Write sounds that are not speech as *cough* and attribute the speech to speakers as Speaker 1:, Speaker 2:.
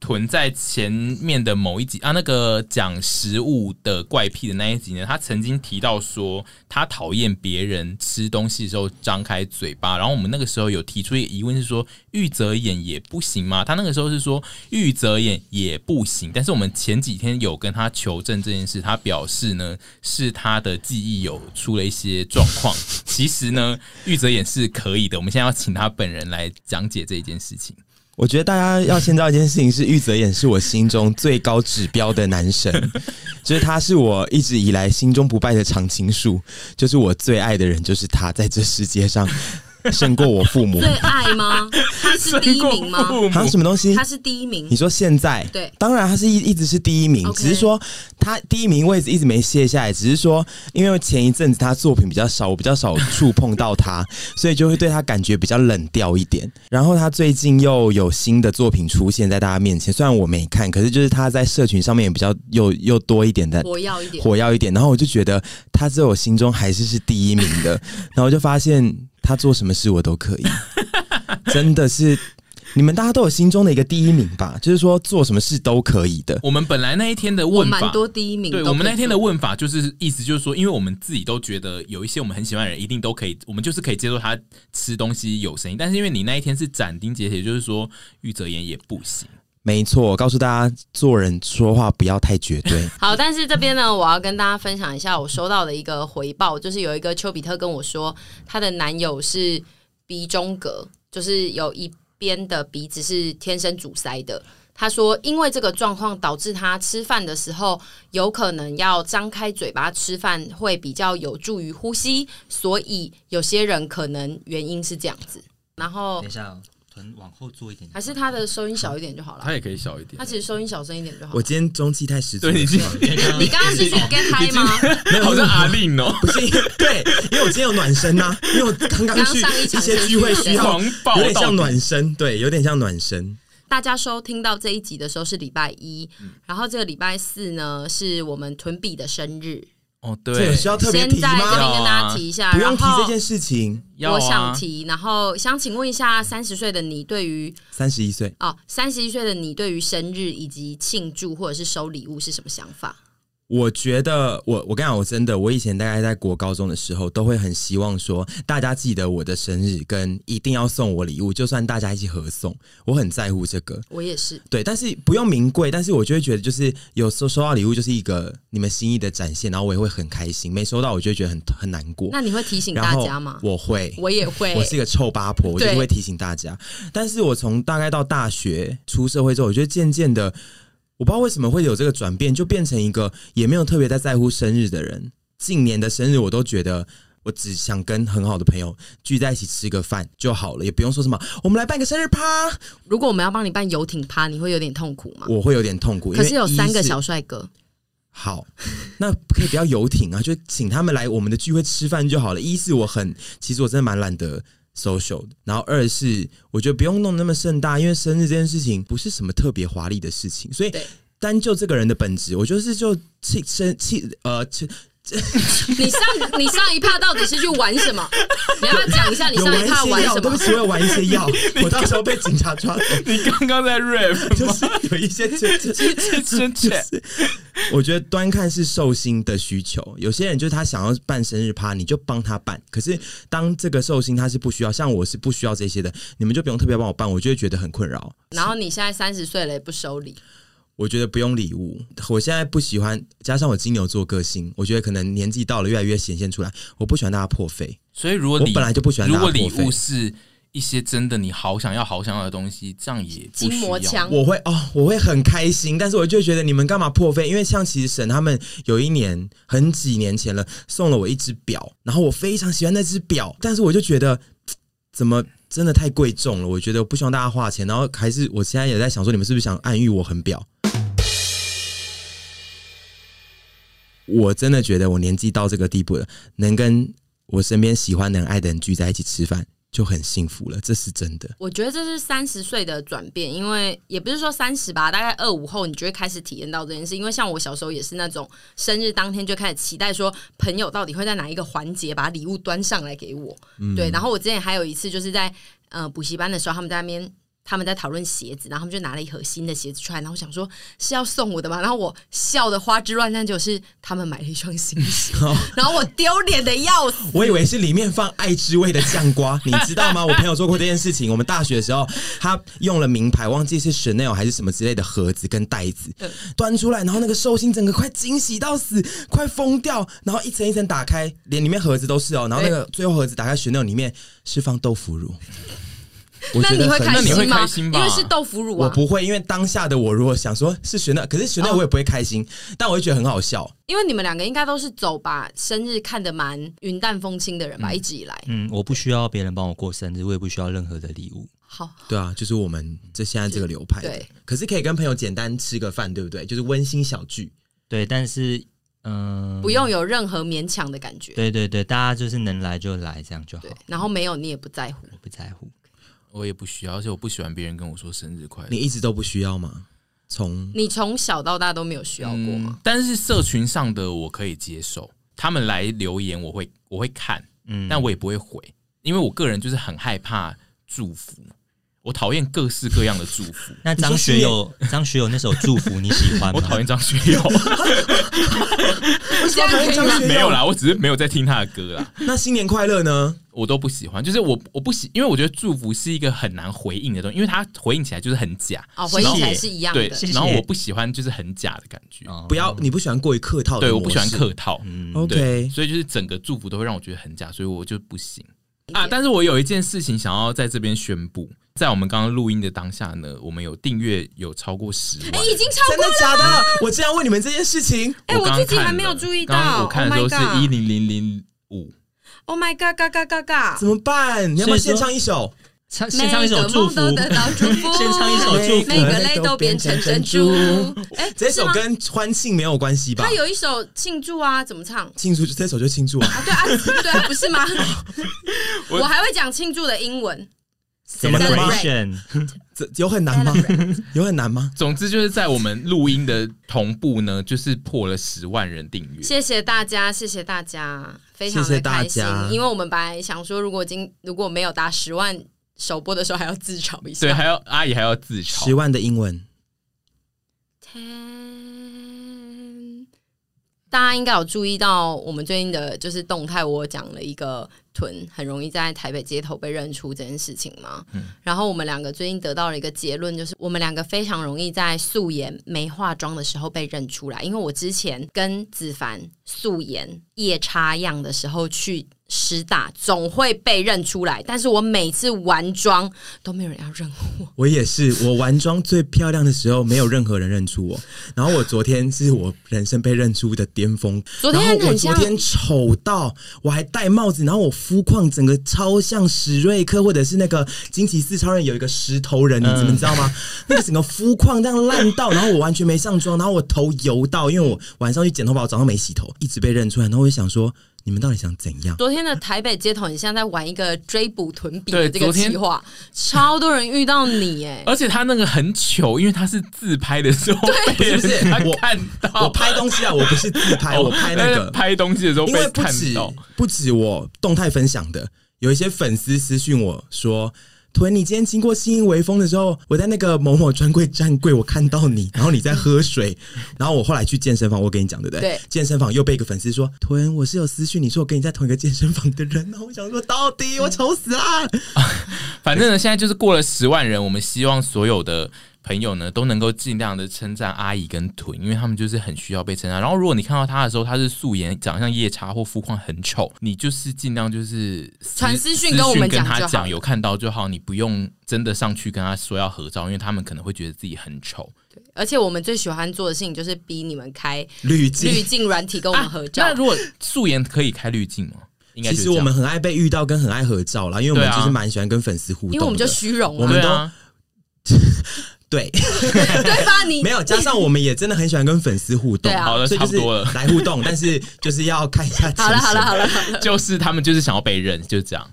Speaker 1: 囤在前面的某一集啊，那个讲食物的怪癖的那一集呢，他曾经提到说他讨厌别人吃东西的时候张开嘴巴，然后我们那个时候有提出一个疑问是说玉泽演也不行吗？他那个时候是说玉泽演也不行，但是我们前几天有跟他求证这件事，他表示呢是他的记忆有出了一些状况，其实呢玉泽演是可以的，我们现在要请他本人来讲解这一件事情。
Speaker 2: 我觉得大家要先知道一件事情是，玉泽演是我心中最高指标的男神，就是他是我一直以来心中不败的常青树，就是我最爱的人，就是他在这世界上胜过我父母
Speaker 3: *laughs* 最。爱吗？他是第一名
Speaker 2: *laughs*
Speaker 3: 吗？
Speaker 1: 父母
Speaker 2: 啊，什么东西
Speaker 3: 他？是第一名
Speaker 2: 你。说现在？
Speaker 3: 对
Speaker 2: 当然他是一一直是第一名
Speaker 3: OK
Speaker 2: 只是说他第一名位置一直没卸下来，只是说因为前一阵子他作品比较少，我比较少触碰到
Speaker 3: *laughs*
Speaker 2: 他，所以就会对他感觉比较冷调一点。然后他最近又有新的作品出现在大家面前，虽然我没看，可是就是他在社群上面也比较又又多一点的
Speaker 3: 活跃一点，
Speaker 2: 火药一点，然后我就觉得他在我心中还是是第一名的， *laughs* 然后我就发现他做什么事我都可 *laughs* 以，真的是。你们大家都有心中的一个第一名吧，就是说做什么事都可以的。
Speaker 1: 我们本来那一天的
Speaker 3: 我
Speaker 1: 问法
Speaker 3: 蛮，多第一名
Speaker 1: 对
Speaker 3: 都可以做。
Speaker 1: 我们那天的问法就是意思就是说，因为我们自己都觉得有一些我们很喜欢的人一定都可以，我们就是可以接受他吃东西有声音，但是因为你那一天是斩钉截铁，就是说玉泽言也不行。
Speaker 2: 没错，我告诉大家，做人说话不要太绝对。
Speaker 3: 好，但是这边呢，我要跟大家分享一下我收到的一个回报，就是有一个丘比特跟我说，她的男友是鼻中隔，就是有一边的鼻子是天生阻塞的。她说，因为这个状况导致她吃饭的时候有可能要张开嘴巴吃饭，会比较有助于呼吸，所以有些人可能原因是这样子。然后
Speaker 4: 等一下哦，臀往后坐一点点，
Speaker 3: 还是他的收音小一点就好了，
Speaker 1: 也可以小一点
Speaker 3: 他其实收音小声一点就好
Speaker 2: *laughs* 我
Speaker 3: 了。
Speaker 2: 今天中气太十足了，
Speaker 1: 对你今
Speaker 2: 是吗
Speaker 1: *laughs*
Speaker 4: 那个
Speaker 3: 你刚刚是去 get high 吗？
Speaker 1: 好像阿令哦，*laughs*
Speaker 2: *laughs* 不是因为对，因为我今天有暖身呐、因为我刚刚去
Speaker 3: 刚上一场
Speaker 2: 些聚会需要，
Speaker 1: 狂暴
Speaker 2: 有点
Speaker 1: 到
Speaker 2: 像暖身，对，有点像暖身。
Speaker 3: 大家收听到这一集的时候是礼拜一，
Speaker 2: 嗯
Speaker 3: 然后这个礼拜四呢是我们屯比的生日，
Speaker 1: 哦，
Speaker 2: 这
Speaker 1: 对
Speaker 2: 有，需要特别
Speaker 3: 先
Speaker 2: 提
Speaker 3: 在这
Speaker 2: 吗？啊
Speaker 3: 边跟大家提一下，
Speaker 2: 不用提
Speaker 3: 然后
Speaker 2: 这件事情。
Speaker 1: 要
Speaker 3: 我
Speaker 1: 啊
Speaker 3: 想提，然后想请问一下，三十岁的你对于
Speaker 2: 三十一岁。
Speaker 3: 哦，三十一岁的你对于生日以及庆祝或者是收礼物是什么想法？
Speaker 2: 我觉得我我跟你讲，我真的，我以前大概在国高中的时候，都会很希望说，大家记得我的生日，跟一定要送我礼物，就算大家一起合送，我很在乎这个。
Speaker 3: 我也是，
Speaker 2: 对，但是不用名贵，但是我就会觉得，就是有时候收到礼物就是一个你们心意的展现，然后我也会很开心。没收到，我就会觉得很很难过。
Speaker 3: 那你会提醒
Speaker 2: 然
Speaker 3: 大
Speaker 2: 后
Speaker 3: 家吗？
Speaker 2: 我会，
Speaker 3: 我也会，
Speaker 2: 我是一个臭八婆，我就是
Speaker 3: 对
Speaker 2: 会提醒大家。但是我从大概到大学出社会之后，我觉得渐渐的，我不知道为什么会有这个转变，就变成一个也没有特别在在乎生日的人。近年的生日，我都觉得。我只想跟很好的朋友聚在一起吃个饭就好了，也不用说什么我们来办个生日趴，
Speaker 3: 如果我们要帮你办游艇趴，你会有点痛苦吗？
Speaker 2: 我会有点痛苦。因
Speaker 3: 可
Speaker 2: 为
Speaker 3: 是有
Speaker 2: 一
Speaker 3: 三个
Speaker 2: 是
Speaker 3: 小帅哥，
Speaker 2: 好，那可以不要游艇啊，就请他们来我们的聚会吃饭就好了。一是我很，其实我真的蛮懒得 social 的，然后二是我觉得不用弄那么盛大，因为生日这件事情不是什么特别华丽的事情，所以
Speaker 3: 对
Speaker 2: 单就这个人的本质，我就是就气生气呃气。 *laughs*
Speaker 3: 你上你上一趴到底是去玩什么？你要不要讲一下你
Speaker 2: 有
Speaker 3: 上
Speaker 2: 玩
Speaker 3: 一趴
Speaker 2: 一
Speaker 3: 玩
Speaker 2: 些药，
Speaker 3: 什
Speaker 2: 对不
Speaker 3: 么？
Speaker 2: 起，我有玩一些
Speaker 3: *laughs*
Speaker 2: 药，我到时候被警察抓走，
Speaker 1: *laughs* 你刚刚在 rap
Speaker 2: 就
Speaker 1: 吗？
Speaker 2: 是有一
Speaker 3: *laughs*
Speaker 2: 些这这 *laughs* 这
Speaker 1: 真
Speaker 2: 就
Speaker 1: 切，
Speaker 2: 是，我觉得端看是寿星的需求。有些人就是他想要办生日趴，你就帮他办。可是当这个寿星他是不需要，像我是不需要这些的，你们就不用特别帮我办，我就会觉得很困扰。
Speaker 3: 然后你现在三十岁了也不收礼，
Speaker 2: 我觉得不用礼物，我现在不喜欢，加上我金牛座个性，我觉得可能年纪到了越来越显现出来，我不喜欢大家破费。
Speaker 1: 所 *laughs* 以如果
Speaker 2: 我
Speaker 1: 礼
Speaker 2: 本来就不喜欢
Speaker 1: 如
Speaker 2: 大家
Speaker 1: 果
Speaker 2: 破
Speaker 1: 礼
Speaker 2: 费
Speaker 1: 物，是一些真的你好想要好想要的东西，这样也不
Speaker 3: 筋膜
Speaker 1: 需要
Speaker 3: 枪。
Speaker 2: 我会哦，我会很开心，但是我就觉得你们干嘛破费？因为像其实沈他们有一年很几年前了，送了我一只表，然后我非常喜欢那只表，但是我就觉得嘖怎么真的太贵重了，我觉得我不希望大家花钱，然后还是我现在也在想说，你们是不是想暗喻我很表？我真的觉得我年纪到这个地步了，能跟我身边喜欢的人、爱的人聚在一起吃饭就很幸福了，这是真的。
Speaker 3: 我觉得这是三十岁的转变，因为也不是说三十吧，大概二五后你就会开始体验到这件事。因为像我小时候也是那种生日当天就开始期待说朋友到底会在哪一个环节把
Speaker 1: 嗯
Speaker 3: 礼物端上来给我。对，然后我之前还有一次就是在呃补习班的时候，他们在那边他们在讨论鞋子，然后他们就拿了一盒新的鞋子出来，然后我想说是要送我的吗？然后我笑的花枝乱颤，就是他们买了一双新鞋，
Speaker 1: *laughs*
Speaker 3: 然后我丢脸的要死。
Speaker 2: 我以为是里面放爱之味的酱瓜，你知道吗？我朋友做过这件事情。我们大学的时候，他用了名牌，忘记是 Chanel 还是什么之类的盒子跟袋子
Speaker 3: 嗯，
Speaker 2: 端出来，然后那个寿星整个快惊喜到死，快疯掉，然后一层一层打开，连里面盒子都是哦。然后那个最后盒子打开，Chanel 里面是放豆腐乳。我
Speaker 3: 那
Speaker 2: 觉
Speaker 3: 你
Speaker 2: 得
Speaker 3: 会
Speaker 2: 很
Speaker 3: 开
Speaker 1: 那你会
Speaker 3: 吗？
Speaker 1: 开心吧
Speaker 3: 因为是豆腐乳
Speaker 2: 我
Speaker 3: 啊，
Speaker 2: 不会，因为当下的我如果想说是 Chanel，可是
Speaker 3: 哦
Speaker 2: Chanel 我也不会开心，但我会觉得很好笑。
Speaker 3: 因为你们两个应该都是走把生日看得蛮云淡风轻的人吧，一直以来。
Speaker 4: 嗯，我不需要别人帮我过生日，我也不需要任何的礼物。
Speaker 3: 好，
Speaker 2: 对啊，就是我们这现在这个流派的
Speaker 3: 对
Speaker 2: 可是可以跟朋友简单吃个饭，对不对？就是温馨小聚。
Speaker 4: 对，但是嗯，
Speaker 3: 不。用有任何勉强的感觉。
Speaker 4: 对对对，大家就是能来就来，这样就好
Speaker 3: 对，，然后没有你也不在乎。
Speaker 4: 我不在乎。
Speaker 1: 我也不需要，而且我不喜欢别人跟我说生日快乐
Speaker 2: 你。一直都不需要吗？从
Speaker 3: 你从小到大都没有需要过吗？
Speaker 1: 嗯但是社群上的我可以接受，他们来留言我会我会看，
Speaker 4: 嗯，。
Speaker 1: 但我也不会回，因为我个人就是很害怕祝福，我讨厌各式各样的祝福
Speaker 4: 那张学友，张学友那首《祝福》你喜欢吗？
Speaker 1: 我讨厌张学友，
Speaker 3: 我现在可以
Speaker 2: 张
Speaker 3: 吗？
Speaker 2: 学
Speaker 1: 没有啦，我只是没有在听他的歌啦，
Speaker 2: 那新年快乐呢？
Speaker 1: 我都不喜欢。就是我我不喜，因为我觉得祝福是一个很难回应的东西，因为它回应起来就是很假，
Speaker 3: 哦，回忆起来是一样
Speaker 1: 对
Speaker 3: 的。
Speaker 4: 谢，谢
Speaker 1: 然后我不喜欢就是很假的感觉，
Speaker 4: 哦
Speaker 2: 不要，你不喜欢过于客套的
Speaker 1: 对，我不喜欢
Speaker 2: 哦模式。
Speaker 1: 客套，
Speaker 4: 嗯
Speaker 2: OK
Speaker 1: 对，所以就是整个祝福都会让我觉得很假，所以我就不行啊。但是我有一件事情想要在这边宣布，在我们刚刚录音的当下呢，我们有订阅有超过十万。
Speaker 3: 哎已经超
Speaker 2: 真的
Speaker 3: 过。
Speaker 2: 假的？我竟然问你们这件事情，
Speaker 3: 哎，我
Speaker 1: 刚
Speaker 3: 自己
Speaker 1: 看
Speaker 3: 还没有
Speaker 1: 了
Speaker 3: 注意到。
Speaker 1: 刚刚我看的时候
Speaker 3: Oh my
Speaker 1: 是
Speaker 3: god
Speaker 1: 一零零零五，
Speaker 3: Oh my god！嘎嘎嘎嘎！
Speaker 2: 怎么办？你要不要
Speaker 4: 所以说
Speaker 2: 献唱一首？
Speaker 4: 唱
Speaker 3: 每
Speaker 4: 献唱一首
Speaker 3: 个
Speaker 4: 祝
Speaker 3: 梦
Speaker 4: 福
Speaker 3: 都，得到祝福，
Speaker 4: 献唱一首祝福
Speaker 3: 每个泪都变成珍珠。哎，
Speaker 2: 这
Speaker 3: 是
Speaker 2: 首
Speaker 3: 吗
Speaker 2: 跟欢庆没有关系吧
Speaker 3: 他？有一首庆祝啊，怎么唱？
Speaker 2: 庆祝这首就庆祝啊！
Speaker 3: 啊，对啊，对
Speaker 2: *laughs*
Speaker 3: 啊，不是吗？我还会讲庆祝的英文。
Speaker 4: 怎
Speaker 2: 么了吗
Speaker 4: celebration？
Speaker 2: 这有很难吗？有很难吗？
Speaker 1: 总之就是在我们录音的同步呢，就是破了十万人订阅。
Speaker 3: 谢谢大家，谢谢大家，非常
Speaker 2: 谢
Speaker 3: 的
Speaker 2: 谢大
Speaker 3: 开心。
Speaker 2: 家
Speaker 3: 因为我们本来想说，如果今如果没有达十万首播的时候，还要自嘲一
Speaker 1: 对，
Speaker 3: 下。
Speaker 1: 还要阿姨还要自嘲
Speaker 2: 十，万的英文，
Speaker 3: Ten 大家应该有注意到，我们最近的就是动态，我讲了一个臀很容易在台北街头被认出这件事情嘛。然后我们两个最近得到了一个结论，就是我们两个非常容易在素颜没化妆的时候被认出来。因为我之前跟子凡素颜夜叉样的时候去师大，总会被认出来，但是我每次完妆都没有人要认我。
Speaker 2: 我也是，我完妆最漂亮的时候，没有任何人认出我。然后我昨天是我人生被认出的巅峰，
Speaker 3: 昨
Speaker 2: 然
Speaker 3: 天
Speaker 2: 后我
Speaker 3: 很
Speaker 2: 昨
Speaker 3: 像
Speaker 2: 天丑到我还戴帽子，然后我肤况整个超像史瑞克或者是那个惊奇四超人有一个石头人，你
Speaker 4: 嗯
Speaker 2: 们知道吗？那个整个肤况这样烂到，然后我完全没上妆，然后我头油到，因为我晚上去剪头发，我早上没洗头，一直被认出来，然后我就想说，你们到底想怎样？
Speaker 3: 昨天的台北街头，很像在玩一个追捕屯比的
Speaker 1: 对
Speaker 3: 这个
Speaker 1: 昨天
Speaker 3: 计划，超多人遇到你哎、
Speaker 1: 而且他那个很糗，因为他是自拍的时候被
Speaker 2: 不是不是
Speaker 1: 人家
Speaker 2: 我
Speaker 1: 看到，
Speaker 2: 我拍东西啊，我不是自拍，
Speaker 3: 哦
Speaker 2: 我拍那
Speaker 1: 但
Speaker 2: 个
Speaker 1: 是拍东西的时候
Speaker 2: 因
Speaker 1: 被
Speaker 2: 为不
Speaker 1: 看
Speaker 2: 止
Speaker 1: 到，
Speaker 2: 不止我动态分享的，有一些粉丝私讯我说。屯，你今天经过新英微风的时候，我在那个某某专柜站柜，我看到你，然后你在喝水，然后我后来去健身房，我跟你讲，对不对？
Speaker 3: 对
Speaker 2: 健身房又被一个粉丝说，屯，我是有私讯你说我跟你在同一个健身房的人，哦然后我想说，到底我丑死啦！
Speaker 1: 反正呢，现在就是过了十万人，我们希望所有的朋友呢都能够尽量的称赞阿姨跟屯，因为他们就是很需要被称赞。然后如果你看到她的时候，她是素颜，长相夜叉或肤况很丑，你就是尽量就是私
Speaker 3: 传私讯跟我们
Speaker 1: 私讯
Speaker 3: 讲就好
Speaker 1: 跟她有看到就好，你不用真的上去跟她说要合照，因为他们可能会觉得自己很丑。
Speaker 3: 而且我们最喜欢做的事情就是逼你们开
Speaker 2: 滤
Speaker 3: 滤
Speaker 2: 镜，
Speaker 3: 镜软体跟我们啊合照。
Speaker 1: 啊那如果素颜可以开滤镜吗？应该
Speaker 2: 其
Speaker 1: 就是
Speaker 2: 实
Speaker 1: 这
Speaker 2: 我
Speaker 1: 样
Speaker 2: 们很爱被遇到，跟很爱合照啦，因为我们
Speaker 1: 对啊
Speaker 2: 就是蛮喜欢跟粉丝互动的，
Speaker 3: 因为我们就虚荣
Speaker 2: 我
Speaker 3: 啊，
Speaker 2: 们
Speaker 1: 对
Speaker 2: 都
Speaker 1: *laughs* 啊，
Speaker 2: 对，
Speaker 3: 对吧？你
Speaker 2: 没有加上我们也真的很喜欢跟粉丝互动，
Speaker 3: 对啊
Speaker 1: 好了，
Speaker 2: 所以
Speaker 1: 差
Speaker 2: 就
Speaker 1: 不
Speaker 2: 是
Speaker 1: 多了，
Speaker 2: 来互动，但是就是要看一下。
Speaker 3: 好了好了，好了，好了
Speaker 1: 就是他们就是想要被认，就是这样。